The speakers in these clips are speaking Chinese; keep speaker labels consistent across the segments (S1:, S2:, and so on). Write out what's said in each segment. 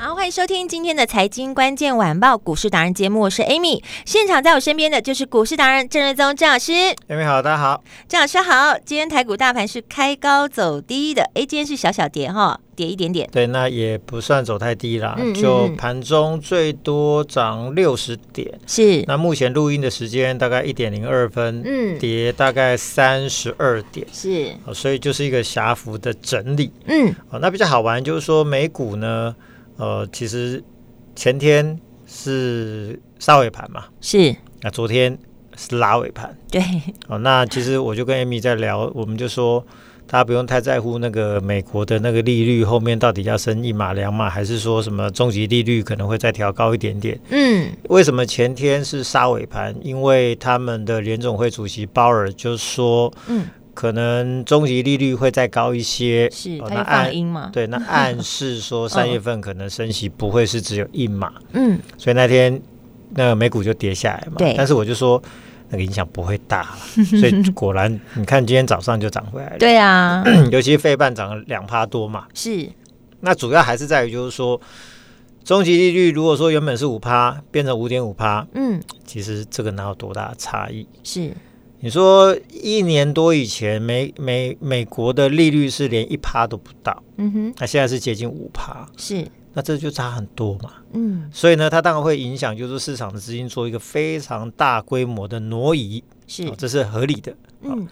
S1: 好，欢迎收听今天的财经关键晚报股市达人节目，我是 Amy。现场在我身边的就是股市达人郑瑞宗郑老师，
S2: 各位好，大家好。
S1: 郑老师好。今天台股大盘是开高走低的，诶，今天是小小跌哈，跌一点点。
S2: 对，那也不算走太低啦，
S1: 嗯嗯
S2: 就
S1: 嗯
S2: 盘中最多涨六十点。
S1: 是，
S2: 那目前录音的时间大概一点零二分，
S1: 嗯，
S2: 跌大概三十二点、
S1: 是，
S2: 哦所以就是一个狭幅的整理
S1: 嗯，
S2: 哦。那比较好玩就是说美股呢，呃，其实前天是杀尾盘嘛，
S1: 是
S2: 那昨天是拉尾盘。
S1: 对，
S2: 哦，那其实我就跟 Amy 在聊，我们就说大家不用太在乎那个美国的那个利率后面到底要升一码两码，还是说什么终极利率可能会再调高一点点？
S1: 嗯，
S2: 为什么前天是杀尾盘？因为他们的联总会主席鲍尔就说，
S1: 嗯，
S2: 可能终极利率会再高一些，
S1: 是，
S2: 哦
S1: 它就
S2: 那
S1: 放
S2: 暗
S1: 音嘛，
S2: 对，那暗 示说三月份可能升息不会是只有一码，
S1: 嗯，
S2: 所以那天那个美股就跌下来嘛。
S1: 对
S2: 但是我就说那个影响不会大 了，所以果然你看今天早上就涨回来了。
S1: 对啊，
S2: 尤其是费半涨了两趴多嘛。
S1: 是，
S2: 那主要还是在于就是说，中期利率如果说原本是五趴，变成五点五趴，
S1: 嗯，
S2: 其实这个哪有多大的差异？
S1: 是，
S2: 你说一年多以前，美美美国的利率是连一趴都不到，
S1: 嗯哼，
S2: 那现在是接近五趴，
S1: 是，
S2: 那这就差很多嘛。
S1: 嗯，
S2: 所以呢，它当然会影响，就是市场的资金做一个非常大规模的挪移，
S1: 是
S2: 哦，这是合理的。
S1: 嗯，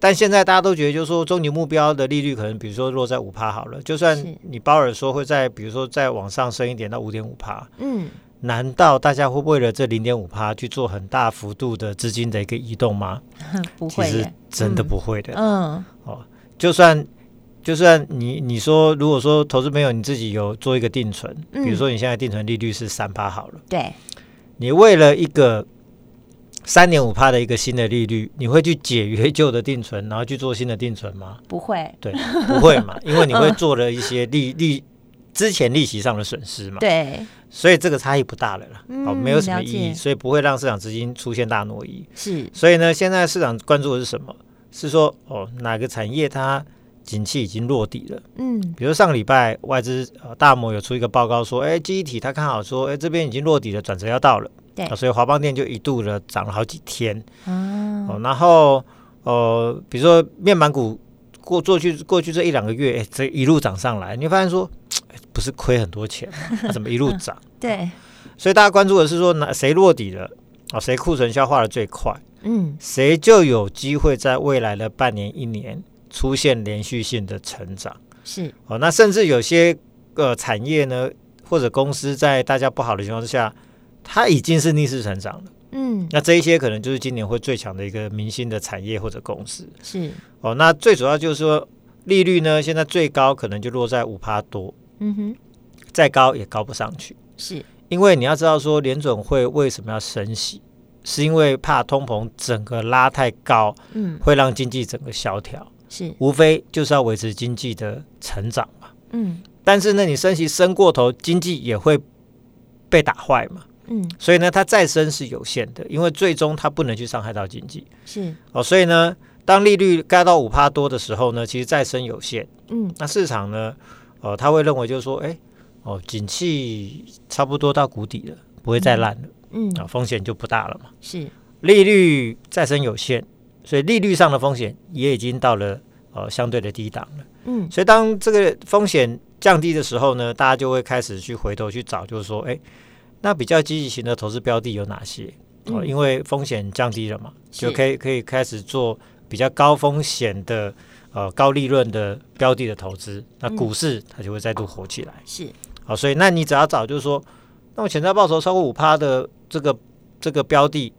S2: 但现在大家都觉得，就是说终极目标的利率可能，比如说落在五趴好了，就算
S1: 是
S2: 你鲍尔说会在，比如说再往上升一点到五点五趴，
S1: 嗯，
S2: 难道大家会为了这零点五趴去做很大幅度的资金的一个移动吗？
S1: 不
S2: 其
S1: 会
S2: 实
S1: 耶，
S2: 真的
S1: 嗯
S2: 不会的。哦
S1: 嗯，
S2: 就算就算你你说，如果说投资朋友你自己有做一个定存，比
S1: 嗯
S2: 如说你现在定存利率是三趴好了。
S1: 对，
S2: 你为了一个三点五帕的一个新的利率，你会去解约旧的定存，然后去做新的定存吗？
S1: 不会，
S2: 对，不会 嘛，因为你会做了一些利 利之前利息上的损失嘛，
S1: 对，
S2: 所以这个差异不大了啦，哦，
S1: 嗯
S2: 没有什么
S1: 了
S2: 意
S1: 解
S2: 义，所以不会让市场资金出现大挪移。
S1: 是，
S2: 所以呢，现在市场关注的是什么？是说哦，哪个产业它景气已经落底了？
S1: 嗯，
S2: 比如上个礼拜外资、呃、大摩有出一个报告说，哎，记忆体它看好说，哎，这边已经落底了，转折要到了。
S1: 对
S2: 啊所以华邦电就一度的涨了好几天。
S1: 啊，
S2: 哦，然后呃，比如说面板股过过去过去这一两个月，哎，这一路涨上来，你会发现说，哎不是亏很多钱吗？ 它怎么一路涨？
S1: 对，
S2: 所以大家关注的是说，哪谁落底了？哦，谁库存消化的最快，
S1: 嗯，
S2: 谁就有机会在未来的半年、一年出现连续性的成长。
S1: 是，
S2: 哦，那甚至有些呃产业呢，或者公司在大家不好的情况之下，它已经是逆势成长了。
S1: 嗯，
S2: 那这一些可能就是今年会最强的一个明星的产业或者公司。
S1: 是，
S2: 哦，那最主要就是说利率呢，现在最高可能就落在五趴多，
S1: 嗯哼，
S2: 再高也高不上去。
S1: 是，
S2: 因为你要知道说联准会为什么要升息，是因为怕通膨整个拉太高，
S1: 嗯，
S2: 会让经济整个萧条，
S1: 是，
S2: 无非就是要维持经济的成长嘛。
S1: 嗯，
S2: 但是呢，你升息升过头，经济也会被打坏嘛。
S1: 嗯，
S2: 所以呢，它再升是有限的，因为最终它不能去伤害到经济
S1: 是，
S2: 哦。所以呢，当利率盖到五帕多的时候呢，其实再升有限。
S1: 嗯，
S2: 那市场呢，呃，他会认为就是说，哎，哦，景气差不多到谷底了，不会再烂了
S1: 嗯，
S2: 啊、风险就不大了嘛。
S1: 是，
S2: 利率再升有限，所以利率上的风险也已经到了呃相对的低档了。
S1: 嗯，
S2: 所以当这个风险降低的时候呢，大家就会开始去回头去找，就是说，哎，那比较积极型的投资标的有哪些？哦、
S1: 嗯
S2: 因为风险降低了嘛，
S1: 是
S2: 就可以可以开始做比较高风险的呃高利润的标的的投资，那
S1: 嗯
S2: 股市它就会再度火起来。
S1: 是，
S2: 好、所以那你只要找就是说那我潜在报酬超过五趴的这个这个标的，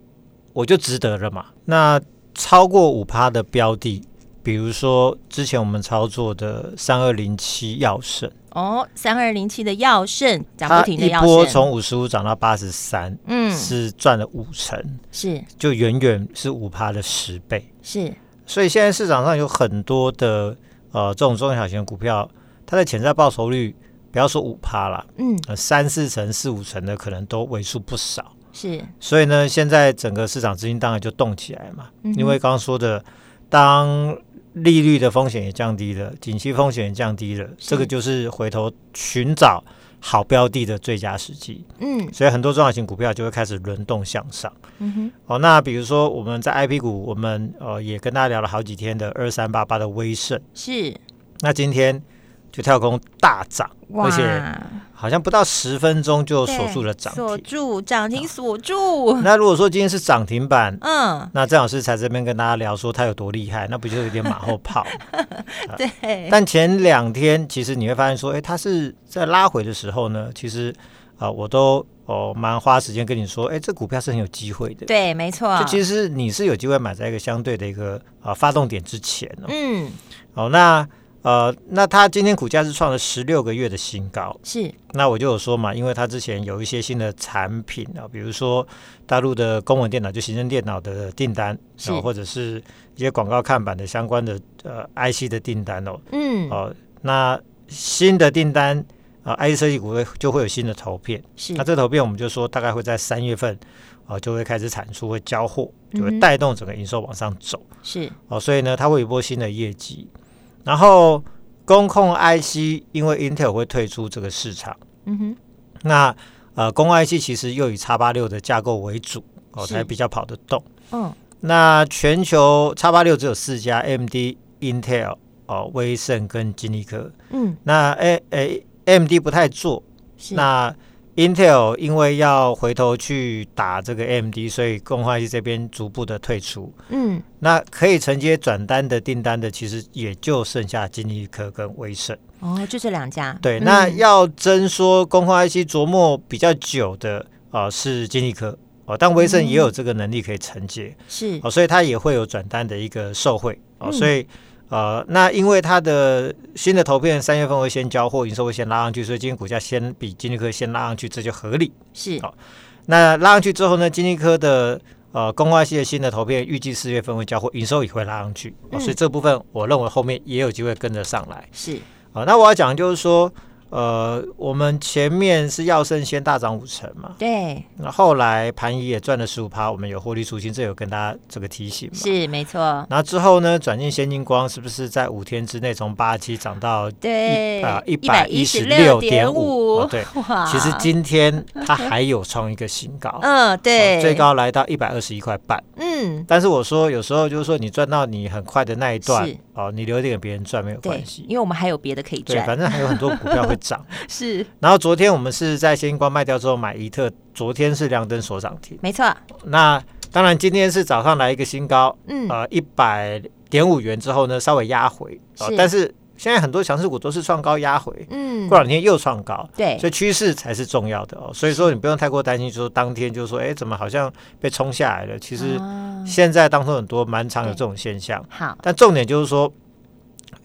S2: 我就值得了嘛。那超过五趴的标的，比如说之前我们操作的三二零七药盛，
S1: 哦，三二零七的药圣涨
S2: 它
S1: 不停的
S2: 一
S1: 药
S2: 波
S1: 圣，
S2: 从五十五涨到八十三，
S1: 嗯，
S2: 是赚了五成，
S1: 是
S2: 就远远是五趴的十倍。
S1: 是，
S2: 所以现在市场上有很多的呃这种中小型的股票，它的潜在报酬率不要说五趴啦，
S1: 嗯
S2: 呃三四成、四五成的可能都为数不少。
S1: 是，
S2: 所以呢，现在整个市场资金当然就动起来嘛，
S1: 嗯哼
S2: 因为刚刚说的，当利率的风险也降低了，景气风险也降低了，这个就是回头寻找好标的的最佳时机。
S1: 嗯
S2: 所以很多中小型股票就会开始轮动向上。
S1: 嗯哼，
S2: 哦，那比如说我们在 IP 股，我们呃也跟大家聊了好几天的二三八八的威盛，
S1: 是
S2: 那今天就跳空大涨，而且好像不到十分钟就锁住了涨
S1: 锁
S2: 停。
S1: 住涨停锁住，
S2: 那如果说今天是涨停板，
S1: 嗯，
S2: 那郑老师才这边跟大家聊说它有多厉害，那不就是有点马后 炮？
S1: 对，
S2: 但前两天其实你会发现说，诶，它是在拉回的时候呢，其实啊、呃我都哦蛮花时间跟你说，诶，这股票是很有机会的。
S1: 对，啊没错，
S2: 就其实你是有机会买在一个相对的一个啊、呃发动点之前哦。
S1: 嗯
S2: 哦，那呃，那它今天股价是创了十六个月的新高。
S1: 是
S2: 那我就有说嘛，因为它之前有一些新的产品啊，比如说大陆的公文电脑，就行政电脑的订单，
S1: 是
S2: 哦或者是一些广告看板的相关的呃 IC 的订单哦。
S1: 嗯
S2: 哦，那新的订单啊、i c 设计股会就会有新的投片。
S1: 是
S2: 那这投片我们就说大概会在三月份，啊、就会开始产出，会交货，
S1: 嗯
S2: 就会
S1: 哼
S2: 带动整个营收往上走。
S1: 是
S2: 哦，所以呢，它会有一波新的业绩。然后工控 IC，因为 Intel 会退出这个市场，
S1: 嗯哼
S2: 那呃，工控 IC 其实又以叉八六的架构为主，哦，
S1: 是
S2: 才比较跑得动。
S1: 嗯
S2: 那全球叉八六只有四家，AMD、Intel、哦、威盛跟金立科。
S1: 嗯
S2: 那诶诶，AMD 不太做，
S1: 是
S2: 那 Intel 因为要回头去打这个 AMD，所以工控 IC 这边逐步的退出。
S1: 嗯
S2: 那可以承接转单的订单的，其实也就剩下金立科跟威盛。
S1: 哦，就这两家
S2: 对，
S1: 嗯
S2: 那要真说工化 IC 琢磨比较久的啊、呃是金立科哦，但威
S1: 嗯
S2: 盛也有这个能力可以承接、
S1: 是
S2: 哦，所以它也会有转单的一个受惠哦，
S1: 嗯
S2: 所以。呃，那因为它的新的投片三月份会先交货，营收会先拉上去，所以今天股价先比金立科先拉上去，这就合理。
S1: 是
S2: 好那拉上去之后呢，金立科的呃公化系的新的投片预计四月份会交货，营收也会拉上去、哦
S1: 嗯
S2: 所以这部分我认为后面也有机会跟着上来
S1: 是
S2: 啊、那我要讲的就是说，呃，我们前面是药圣先大涨五成嘛，
S1: 对
S2: 那后来盘仪也赚了十五趴，我们有获利出清，这有跟大家这个提醒嘛。
S1: 是没错
S2: 然后之后呢，转进先进光是不是在五天之内从八七涨到
S1: 对
S2: 啊一百一十六点五？
S1: 116.5
S2: 哦对，
S1: 哇
S2: 其实今天它还有创一个新高。
S1: 嗯对
S2: 哦最高来到一百二十一块半。
S1: 嗯
S2: 但是我说有时候就是说你赚到你很快的那一段
S1: 是，
S2: 哦，你留一点给别人赚没有
S1: 对
S2: 关，系。
S1: 因为我们还有别的可以
S2: 对，
S1: 赚
S2: 反正还有很多股票会涨。
S1: 是
S2: 然后昨天我们是在先光卖掉之后买一特，昨天是亮灯所涨停。
S1: 没错
S2: 那当然今天是早上来一个新高，
S1: 嗯
S2: 呃，一百点五元之后呢稍微压回，哦
S1: 是，
S2: 但是现在很多强势股都是创高压回，
S1: 嗯
S2: 过两天又创高，
S1: 对
S2: 所以趋势才是重要的哦。所以说你不用太过担心，就是当天就说，哎，怎么好像被冲下来了？其实
S1: 啊
S2: 现在当中很多蛮常有这种现象，
S1: 好
S2: 但重点就是说，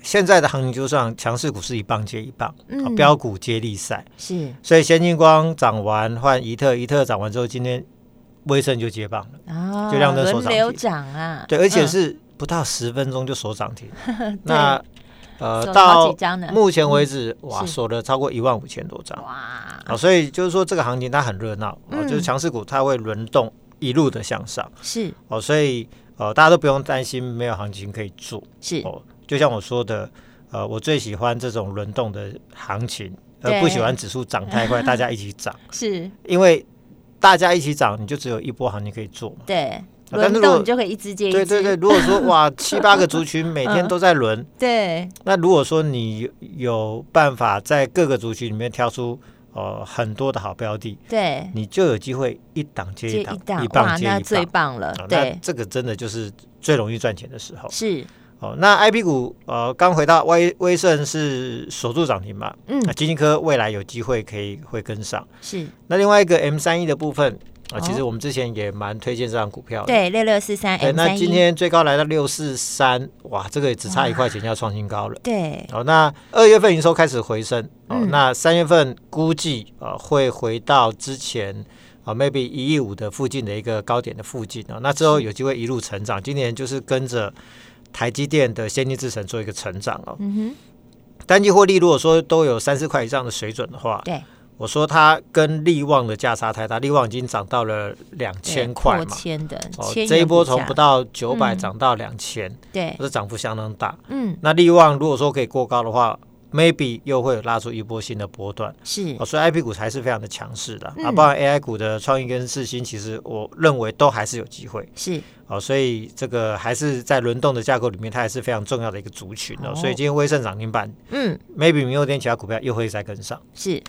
S2: 现在的行情就是这样强势股是一棒接一棒，啊
S1: 嗯
S2: 标股接力赛。
S1: 是
S2: 所以先进光涨完换怡特，怡特涨完之后，今天威盛就接棒了，
S1: 啊
S2: 就亮灯手
S1: 轮
S2: 掌
S1: 流
S2: 机
S1: 涨啊
S2: 对，而且
S1: 嗯
S2: 是不到十分钟就锁涨 停。那呃，
S1: 手好
S2: 到
S1: 几张呢嗯
S2: 目前为止，哇，
S1: 是
S2: 锁了超过一万五千多张。
S1: 哇
S2: 啊，所以就是说这个行情它很热闹，哦，
S1: 嗯
S2: 就是强势股它会轮动一路的向上，
S1: 是
S2: 哦，所以呃大家都不用担心没有行情可以做，
S1: 是
S2: 哦，就像我说的，呃，我最喜欢这种轮动的行情，而
S1: 对
S2: 不喜欢指数涨太快，大家一起涨，
S1: 是
S2: 因为大家一起涨，你就只有一波行情可以做嘛。
S1: 对
S2: 啊但是
S1: 轮
S2: 如果
S1: 动你就可以一直接一
S2: 对
S1: 只
S2: 对对，如果说 哇七八个族群每天都在轮，
S1: 对
S2: 那如果说你有有办法在各个族群里面挑出呃很多的好标的，
S1: 对
S2: 你就有机会一档接
S1: 接
S2: 一
S1: 一
S2: 档，
S1: 档
S2: 棒
S1: 哇
S2: 接
S1: 那
S2: 一
S1: 最
S2: 棒。
S1: 棒了
S2: 啊那
S1: 对
S2: 这个真的就是最容易赚钱的时候
S1: 是
S2: 哦，那 I B 股呃刚回到威威盛是锁住涨停嘛，
S1: 嗯
S2: 那基金科未来有机会可以会跟上。
S1: 是
S2: 那另外一个 M 三一的部分啊，
S1: 哦
S2: 其实我们之前也蛮推荐这张股票的。
S1: 对六六四三
S2: 对，
S1: M
S2: 那
S1: 三
S2: 今
S1: 一，
S2: 天最高来到六四三，哇，这个也只差一块钱要创新高了。
S1: 对，
S2: 哦，那二月份营收开始回升，哦，
S1: 嗯
S2: 那三月份估计啊、呃会回到之前啊、m a y b e 一亿五的附近的一个高点的附近哦，那之后有机会一路成长，今年就是跟着台积电的先进制程做一个成长哦，
S1: 嗯
S2: 单季获利如果说都有三四块以上的水准的话
S1: 哼，，对，
S2: 我说它跟利旺的价差太大，利旺已经涨到了两千
S1: 对
S2: 块
S1: 破
S2: 嘛。
S1: 千的，
S2: 哦，
S1: 千
S2: 这一
S1: 元
S2: 波
S1: 股
S2: 从
S1: 价
S2: 不到九百
S1: 嗯
S2: 涨到两千、
S1: 对，
S2: 这涨幅相当大。
S1: 嗯，
S2: 那利旺如果说可以过高的话，maybe 又会有拉出一波新的波段，
S1: 是
S2: 哦、所以 IP 股还是非常的强势的、啊，
S1: 嗯
S2: 包含 AI 股的创意跟四星，其实我认为都还是有机会
S1: 是，
S2: 哦，所以这个还是在轮动的架构里面，它还是非常重要的一个族群哦，
S1: 哦
S2: 所以今天威盛涨停板
S1: 嗯
S2: ，maybe 明后天其他股票又会再跟上。
S1: 是，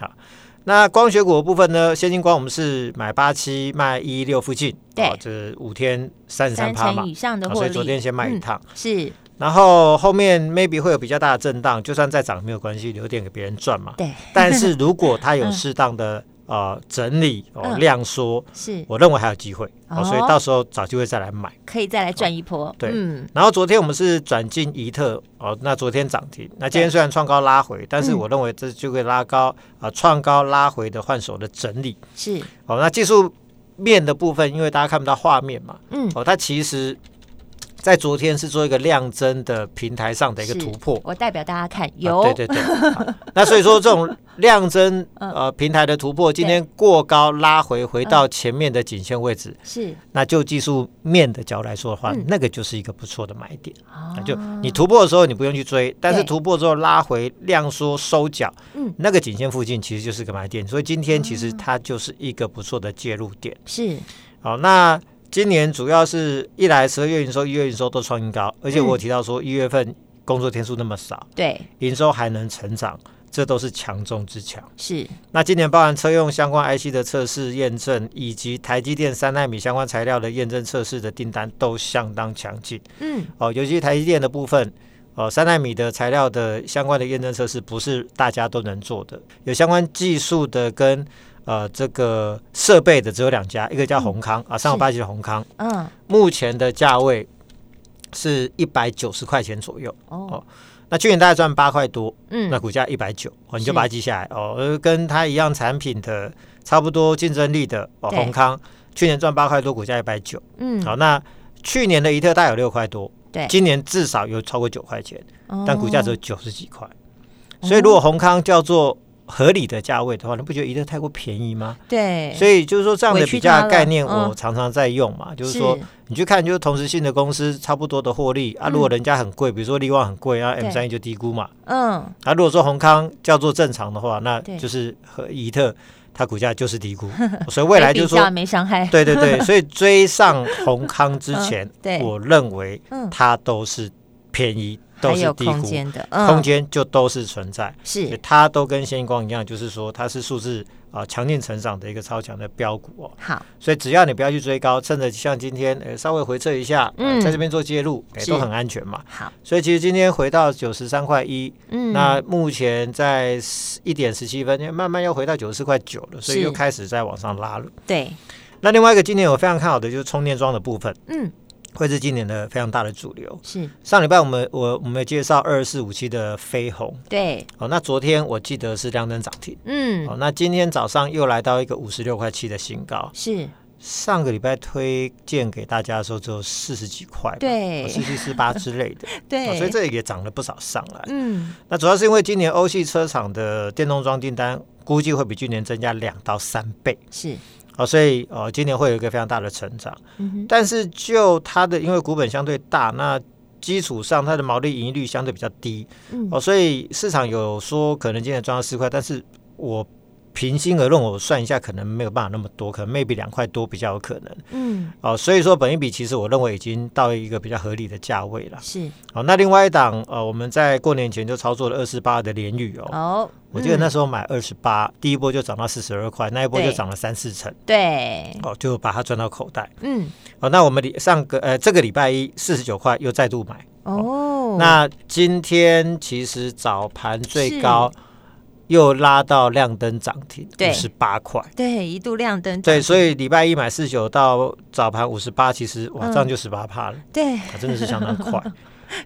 S2: 那光学股的部分呢？先进光我们是买八七卖一六附近，
S1: 对
S2: 哦这五天三十三
S1: 三
S2: 趴嘛
S1: 成以，上的
S2: 哦
S1: 获
S2: 所
S1: 利，嗯
S2: 以昨天先卖一趟，
S1: 是
S2: 然后后面 maybe 会有比较大的震荡，就算再涨没有关系，留点给别人 赚嘛。
S1: 对，
S2: 但是如果它有
S1: 嗯
S2: 适当的呃整理哦
S1: 嗯
S2: 量缩，
S1: 是
S2: 我认为还有机会
S1: 哦
S2: 哦，所以到时候找机会再来买。
S1: 可以再来赚一波，
S2: 哦对
S1: 嗯
S2: 然后昨天我们是转进怡特哦，那昨天涨停，那今天虽然创高拉回，
S1: 嗯
S2: 但是我认为这就会拉高啊创高拉回的换手的整理。
S1: 是，
S2: 哦，那技术面的部分，因为大家看不到画面嘛，
S1: 嗯，
S2: 哦，它其实在昨天是做一个量增的平台上的一个
S1: 是
S2: 突破。
S1: 我代表大家看
S2: 啊
S1: 有，
S2: 对对对、啊那所以说这种量增
S1: 嗯
S2: 呃平台的突破，今天过高拉回回到前面的颈线位置，
S1: 是
S2: 那就技术面的角度来说的话，
S1: 嗯
S2: 那个就是一个不错的买点。
S1: 啊
S2: 啊，就你突破的时候你不用去追，但是
S1: 对
S2: 突破之后拉回量缩收脚，
S1: 嗯
S2: 那个颈线附近其实就是个买点，所以今天其实它就是一个不错的介入点。
S1: 是
S2: 好，那今年主要是一来十二月营收、一月营收都创新高，而且
S1: 嗯
S2: 我有提到说一月份工作天数那么少，
S1: 对
S2: 营收还能成长，这都是强中之强。
S1: 是
S2: 那今年包含车用相关 IC 的测试验证，以及台积电三纳米相关材料的验证测试的订单都相当强劲
S1: 嗯
S2: 哦，尤其台积电的部分。哦，三纳米的材料的相关的验证测试不是大家都能做的，有相关技术的跟呃这个设备的只有两家，一个叫宏康、啊，三五八七的宏康，
S1: 嗯
S2: 目前的价位是一百九十块钱左右。
S1: 哦
S2: 哦那去年大概赚八块多，
S1: 嗯
S2: 那股价一百九，哦，你
S1: 是
S2: 就把它记下来哦。而跟它一样产品的差不多竞争力的哦，
S1: 对
S2: 宏康去年赚八块多，股价一百九。
S1: 嗯
S2: 好，那去年的一特大概有六块多，
S1: 对
S2: 今年至少有超过九块钱，但股价只有
S1: 哎哦
S2: 九十几块。所以如果宏康叫做合理的价位的话，你不觉得一特太过便宜吗？
S1: 对，
S2: 所以就是说这样的
S1: 委屈
S2: 比价
S1: 它了
S2: 概念，
S1: 嗯
S2: 我常常在用嘛，就是说你去看，就是同时性的公司差不多的获利啊，
S1: 嗯
S2: 如果人家很贵，比如说利旺很贵啊
S1: 对
S2: ，M 三一就低估嘛。
S1: 嗯
S2: 啊，如果说宏康叫做正常的话，那
S1: 对
S2: 就是和怡特它股价就是 低估，所以未来就是说，
S1: 没伤害，
S2: 对对对，所以追上宏康之前，
S1: 嗯对
S2: 我认为
S1: 嗯，
S2: 它都是便宜，
S1: 还
S2: 都是
S1: 有
S2: 低
S1: 空
S2: 估，
S1: 间的，嗯
S2: 空间就都是存在。所以
S1: 是
S2: 它都跟先光一样，就是说它是数字啊强劲成长的一个超强的标股哦。
S1: 好
S2: 所以只要你不要去追高，趁着像今天呃稍微回撤一下，
S1: 嗯
S2: 嗯，在这边做介入，哎、
S1: 是
S2: 都很安全嘛。
S1: 好，
S2: 所以其实今天回到九十三块一、
S1: 嗯
S2: 那目前在一点十七分，因为慢慢又回到九十四块九了，所以
S1: 是
S2: 又开始在往上拉了。
S1: 对，
S2: 那另外一个今年我非常看好的就是充电桩的部分，
S1: 嗯
S2: 会是今年的非常大的主流。
S1: 是
S2: 上礼拜我们我我们有介绍二四五七的飞鸿
S1: 对，
S2: 哦，那昨天我记得是亮灯涨停。哦
S1: 嗯，
S2: 那今天早上又来到一个五十六块七的新高，
S1: 是
S2: 上个礼拜推荐给大家的时候只有四十几块吧，哦
S1: 对
S2: 四七四八之类的，哦
S1: 对，
S2: 所以这也涨了不少上来。
S1: 嗯
S2: 那主要是因为今年欧系车厂的电动装订单估计会比去年增加两到三倍，
S1: 是
S2: 哦，所以哦今年会有一个非常大的成长。
S1: 嗯哼
S2: 但是就它的因为股本相对大，那基础上它的毛利盈利率相对比较低，
S1: 嗯
S2: 哦，所以市场有说可能今年赚到四块，但是我平心而论，我算一下，可能没有办法那么多，可能 maybe 两块多比较有可能。
S1: 嗯
S2: 哦，所以说本一比其实我认为已经到一个比较合理的价位了。
S1: 是
S2: 哦，那另外一档呃，我们在过年前就操作了二十八的联宇哦。
S1: 哦，
S2: 我记得那
S1: 嗯
S2: 时候买二十八，第一波就涨到四十二块，那一波
S1: 对
S2: 就涨了三四成，
S1: 对，
S2: 哦，就把它赚到口袋。
S1: 嗯
S2: 哦，那我们礼上个呃这个礼拜一四十九块又再度买，
S1: 哦，
S2: 那今天其实早盘最高又拉到亮灯涨停，
S1: 对
S2: 五十八块。
S1: 对一度亮灯涨
S2: 对，
S1: 停，
S2: 所以礼拜一买四九到早盘五十八，其实哇，
S1: 嗯
S2: 这样就十八趴了、
S1: 对，
S2: 啊真的是相 当快。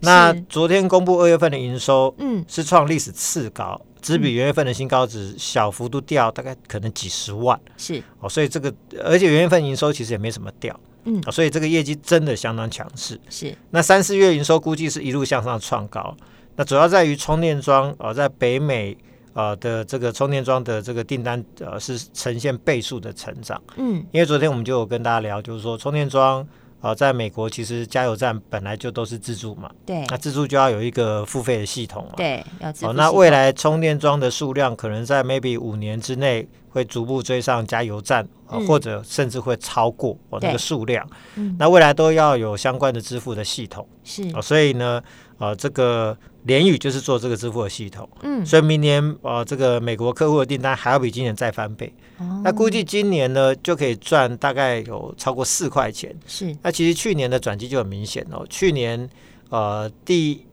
S2: 那
S1: 是
S2: 昨天公布二月份的营收
S1: 嗯，
S2: 是创历史次高，只比元月份的新高值小幅度掉，大概可能几十万
S1: 是
S2: 哦。所以这个，而且元月份营收其实也没什么掉，
S1: 嗯
S2: 哦，所以这个业绩真的相当强势。
S1: 是
S2: 那三四月营收估计是一路向上创高，那主要在于充电桩呃，在北美呃的这个充电桩的这个订单呃是呈现倍数的成长，
S1: 嗯
S2: 因为昨天我们就有跟大家聊，就是说充电桩。呃，在美国其实加油站本来就都是自助嘛，
S1: 对
S2: 那自助就要有一个付费的系统嘛。
S1: 对要支付
S2: 哦，
S1: 系
S2: 那
S1: 统
S2: 未来充电桩的数量可能在 maybe 五年之内会逐步追上加油站，哦
S1: 嗯
S2: 或者甚至会超过哦
S1: 对
S2: 那个数量
S1: 嗯。
S2: 那未来都要有相关的支付的系统
S1: 是
S2: 哦，所以呢，呃，这个联宇就是做这个支付的系统，
S1: 嗯，
S2: 所以明年呃，这个美国客户的订单还要比今年再翻倍。
S1: 哦
S2: 那估计今年呢就可以赚大概有超过四块钱。
S1: 是
S2: 那其实去年的转机就很明显哦，去年呃第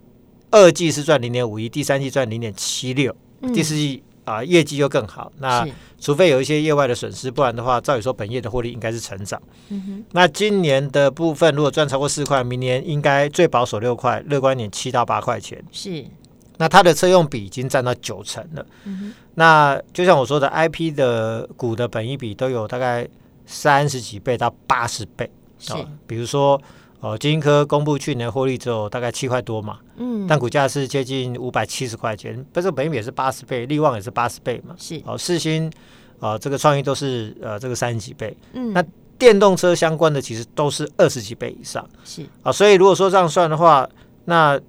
S2: 二季是赚零点五一，第三季赚零点七六，第四季啊、业绩又更好。那
S1: 嗯是
S2: 除非有一些业外的损失，不然的话，照理说本业的获利应该是成长。
S1: 嗯哼
S2: 那今年的部分如果赚超过四块，明年应该最保守六块，乐观点七到八块钱。
S1: 是
S2: 那它的车用比已经占到九成了。
S1: 嗯
S2: 那就像我说的，IP 的股的本益比都有大概三十几倍到八十倍。
S1: 哼
S2: 哦
S1: 是，
S2: 比如说，呃，金科公布去年获利只有大概七块多嘛，
S1: 嗯
S2: 但股价是接近五百七十块钱，不是本益比也是八十倍，力旺也是八十倍嘛，
S1: 是
S2: 哦，世新，呃，这个创意都是呃这个三十几倍，
S1: 嗯
S2: 那电动车相关的其实都是二十几倍以上
S1: 是
S2: 啊、所以如果说这样算的话，那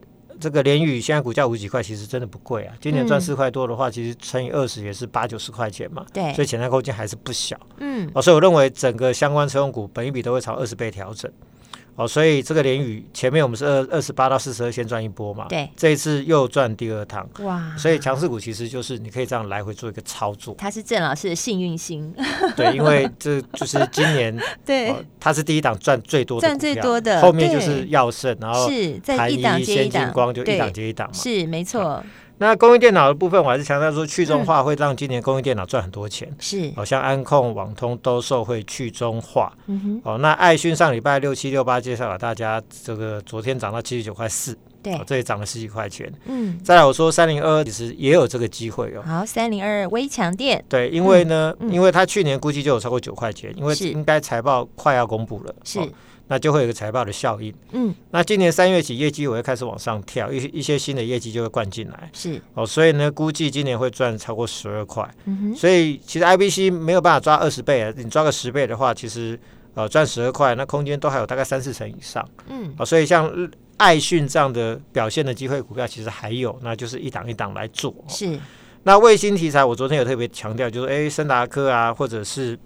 S2: 这个联宇现在股价五十几块，其实真的不贵啊，今年
S1: 嗯
S2: 赚四块多的话，其实乘以二十也是八九十块钱嘛，
S1: 对
S2: 所以潜在空间还是不小。
S1: 嗯
S2: 哦，所以我认为整个相关车用股本一比都会朝二十倍调整。哦，所以这个联宇前面我们是二二十八到四十二先赚一波嘛，
S1: 对，
S2: 这一次又赚第二趟，
S1: 哇，，
S2: 所以强势股其实就是你可以这样来回做一个操作
S1: 他是郑老师的幸运星，
S2: 对，因为这就是今年哦
S1: 对，
S2: 它是第一档赚最多的
S1: 赚
S2: 股
S1: 最
S2: 票
S1: 多的
S2: 后面就
S1: 对
S2: 是耀盛，然后
S1: 是
S2: 台
S1: 在一档接
S2: 先
S1: 一
S2: 进
S1: 档，
S2: 光就一
S1: 对
S2: 档接一档嘛。
S1: 是没错，
S2: 那供应电脑的部分，我还是强调说去
S1: 嗯
S2: 中化会让今年供应电脑赚很多钱，
S1: 是
S2: 好、像安控、网通都受惠去中化。
S1: 嗯哼，
S2: 哦，那爱讯上礼拜六七六八介绍给大家，这个昨天涨到七十九块四，
S1: 对
S2: 哦，，这里涨了十几块钱。
S1: 嗯，
S2: 再来我说三零二二其实也有这个机会哦，
S1: 好，三零二微强电
S2: 对，因为呢，
S1: 嗯嗯
S2: 因为它去年估计就有超过九块钱，因为
S1: 是
S2: 应该财报快要公布了，
S1: 是，
S2: 哦那就会有一个财报的效应。
S1: 嗯，
S2: 那今年三月起业绩我会开始往上跳，一些一些新的业绩就会灌进来
S1: 是，
S2: 哦，所以呢，估计今年会赚超过十二块。
S1: 嗯哼，
S2: 所以其实 IBC 没有办法抓二十倍，啊你抓个十倍的话，其实呃赚十二块，那空间都还有大概三四成以上。
S1: 嗯，
S2: 啊，所以像爱讯这样的表现的机会股票，其实还有，那就是一档一档来做。
S1: 是，
S2: 那卫星题材，我昨天有特别强调，就是诶，森达科啊，或者是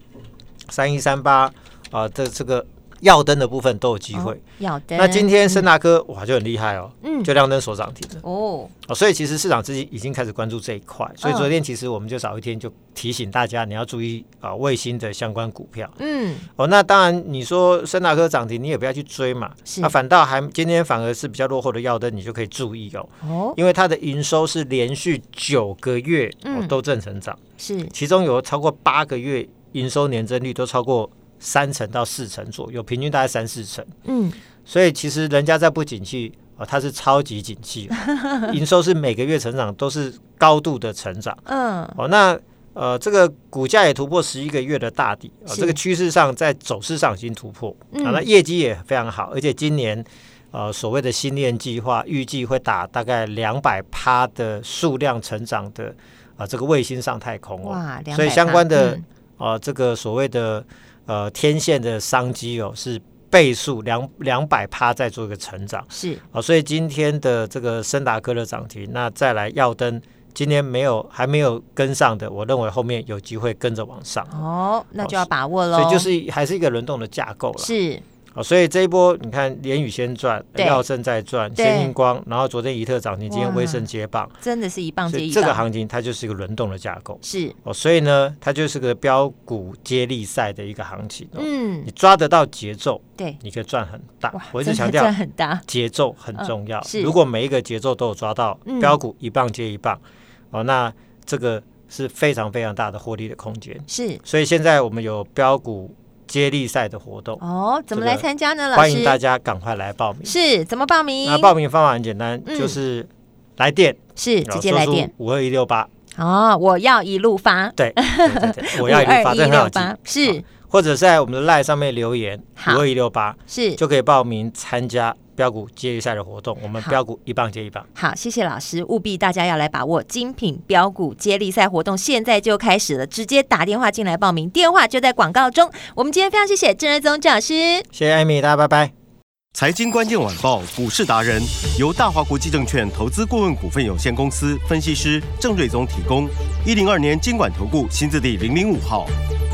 S2: 三一三八啊的这个耀灯的部分都有机会。
S1: 哦要的，
S2: 那今天森达科、哇就很厉害哦，
S1: 嗯，
S2: 就亮灯所涨停的、
S1: 哦，
S2: 哦，所以其实市场自己已经开始关注这一块，所以
S1: 嗯
S2: 昨天其实我们就早一天就提醒大家，你要注意啊卫星的相关股票。
S1: 嗯，
S2: 哦，那当然，你说森达科涨停，你也不要去追嘛。
S1: 是
S2: 那反倒还今天反而是比较落后的耀灯，你就可以注意哦，
S1: 哦，
S2: 因为它的营收是连续九个月、
S1: 嗯
S2: 哦、都正成长，
S1: 是，
S2: 其中有超过八个月营收年增率都超过三成到四成左右，平均大概三四成。
S1: 嗯，
S2: 所以其实人家在不景气啊、哦，它是超级景气哦、营收是每个月成长都是高度的成长。
S1: 嗯，
S2: 哦，那呃，这个股价也突破十一个月的大底，哦，
S1: 是
S2: 这个趋势上在走势上已经突破，
S1: 嗯
S2: 啊，那业绩也非常好，而且今年呃所谓的新链计划预计会打大概两百趴的数量成长的啊、这个卫星上太空哦，
S1: 哇，
S2: 所以
S1: 200
S2: 相关的
S1: 嗯
S2: 啊，这个所谓的呃天线的商机哦是。倍数两两百趴在做一个成长
S1: 是
S2: 啊、哦所以今天的这个森达科的涨停，那再来耀登，今天没有还没有跟上的，我认为后面有机会跟着往上，
S1: 哦，那
S2: 哦
S1: 就要
S2: 是
S1: 把握喽，
S2: 所以就是还是一个轮动的架构了。
S1: 是，
S2: 啊，所以这一波你看连宇先赚，
S1: 对
S2: 耀盛在赚，
S1: 对
S2: 先印光，然后昨天怡特涨停，今天
S1: 哇
S2: 威盛接棒，
S1: 真的是一棒
S2: 所
S1: 接
S2: 以
S1: 一
S2: 这
S1: 棒，
S2: 个行情它就是一个轮动的架构
S1: 是，
S2: 哦，所以呢，它就是个标股接力赛的一个行情哦。
S1: 嗯
S2: 你，抓得到节奏，
S1: 对，
S2: 你可以赚很大
S1: 哇。，
S2: 我一
S1: 真
S2: 直
S1: 的
S2: 强调
S1: 赚很大，
S2: 节奏很重要
S1: 嗯，是
S2: 如果每一个节奏都有抓到
S1: 嗯，
S2: 标股一棒接一棒，哦，那这个是非常非常大的获利的空间。
S1: 是
S2: 所以现在我们有标股接力赛的活动，
S1: 哦，怎么
S2: 这个
S1: 来参加呢？老师，
S2: 欢迎大家赶快来报名。
S1: 是怎么报名？
S2: 那报名方法很简单，
S1: 嗯
S2: 就是来电，哦
S1: 是直接来电
S2: 五二一 六八，
S1: 哦，我要一路发，
S2: 对，对对对我要一六八，这很好记，
S1: 52是
S2: 或者在我们的 LINE 上面留言
S1: 好
S2: 五二一六八，
S1: 是。
S2: 就可以报名参加标股接力赛的活动。我们
S1: 好
S2: 标股一棒接一棒。
S1: 好，谢谢老师，务必大家要来把握精品标股接力赛活动，现在就开始了，直接打电话进来报名，电话就在广告中。我们今天非常谢谢郑瑞宗郑老师。
S2: 谢谢艾米，大家拜拜。
S3: 财经关键晚报股市达人由大华国际证券投资顾问股份有限公司分析师郑瑞宗提供。一零二年经管投顾新字第零零五号。